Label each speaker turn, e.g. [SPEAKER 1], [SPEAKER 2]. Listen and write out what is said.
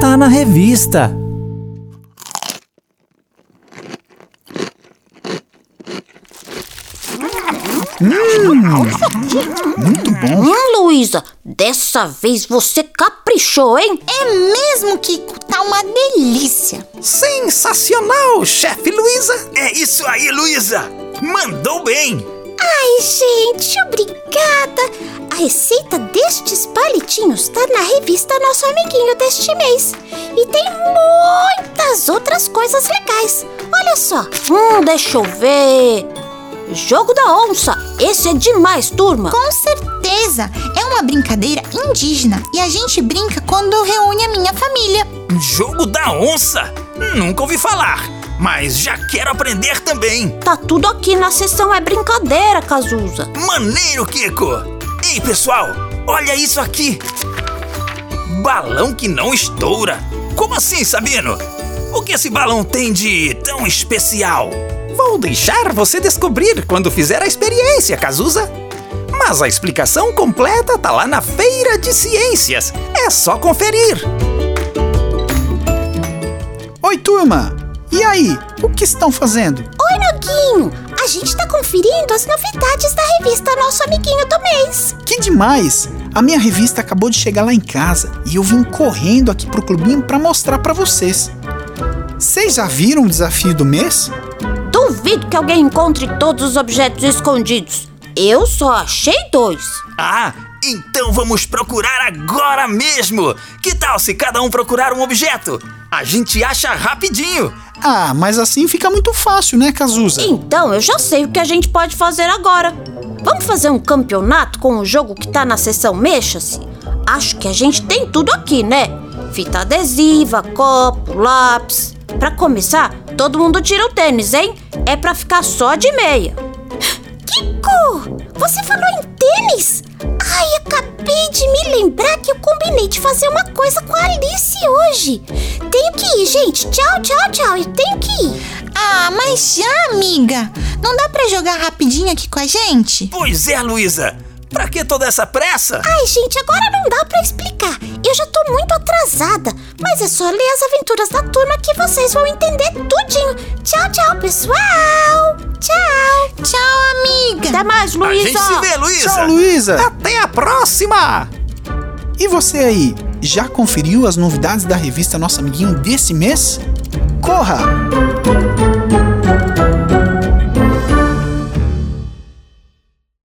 [SPEAKER 1] Tá
[SPEAKER 2] revista.
[SPEAKER 3] Hum, Luísa, dessa vez você caprichou, hein?
[SPEAKER 4] É mesmo, Kiko, tá uma delícia.
[SPEAKER 1] Sensacional, chefe Luísa! É isso aí, Luísa! Mandou bem!
[SPEAKER 4] Ai, gente, obrigada. A receita destes palitinhos tá na revista Nosso Amiguinho deste mês. E tem muitas outras coisas legais. Olha só.
[SPEAKER 3] Hum, deixa eu ver. Jogo da onça. Esse é demais, turma.
[SPEAKER 4] Com certeza, é uma brincadeira indígena e a gente brinca quando reúne a minha família.
[SPEAKER 1] É um Jogo da onça! Nunca ouvi falar, mas já quero aprender também!
[SPEAKER 3] Tá tudo aqui na sessão é brincadeira, Cazuza.
[SPEAKER 1] Maneiro, Kiko! Ei, pessoal, olha isso aqui! Balão que não estoura! Como assim, Sabino? O que esse balão tem de tão especial?
[SPEAKER 5] Vou deixar você descobrir quando fizer a experiência, Cazuza. Mas a explicação completa tá lá na Feira de Ciências. É só conferir.
[SPEAKER 6] Oi, turma! E aí, o que estão fazendo?
[SPEAKER 4] Oi, Noguinho! A gente tá conferindo as novidades da revista Nosso Amiguinho do Mês.
[SPEAKER 6] Que demais! A minha revista acabou de chegar lá em casa e eu vim correndo aqui pro clubinho pra mostrar pra vocês. Vocês já viram o desafio do mês?
[SPEAKER 3] Duvido que alguém encontre todos os objetos escondidos. Eu só achei dois.
[SPEAKER 1] Ah, então vamos procurar agora mesmo! Que tal se cada um procurar um objeto? A gente acha rapidinho!
[SPEAKER 6] Ah, mas assim fica muito fácil, né, Cazuza?
[SPEAKER 3] Então eu já sei o que a gente pode fazer agora. Vamos fazer um campeonato com o jogo que tá na seção Mexa-se? Acho que a gente tem tudo aqui, né? Fita adesiva, copo, lápis. Pra começar, todo mundo tira o tênis, hein? É pra ficar só de meia.
[SPEAKER 4] Kiko, você falou em tênis? Ai, acabei de me lembrar que eu combinei de fazer uma coisa com a Alice hoje. Tenho que ir, gente. Tchau, tchau, tchau. Eu tenho que ir.
[SPEAKER 7] Ah, mas já, amiga. Não dá pra jogar rapidinho aqui com a gente?
[SPEAKER 1] Pois é, Luísa! Pra que toda essa pressa?
[SPEAKER 4] Ai, gente, agora não dá pra explicar. Eu já tô muito atrasada. Mas é só ler as aventuras da turma que vocês vão entender tudinho. Tchau, tchau, pessoal. Tchau. Tá
[SPEAKER 7] Tchau, amiga.
[SPEAKER 3] Até mais,
[SPEAKER 1] A gente
[SPEAKER 3] Ah, Luísa!
[SPEAKER 1] se vê,
[SPEAKER 6] Tchau,
[SPEAKER 1] Luísa!
[SPEAKER 6] Luísa! Ah,
[SPEAKER 5] Até a próxima!
[SPEAKER 6] E você aí, já conferiu as novidades da revista Nosso Amiguinho desse mês? Corra!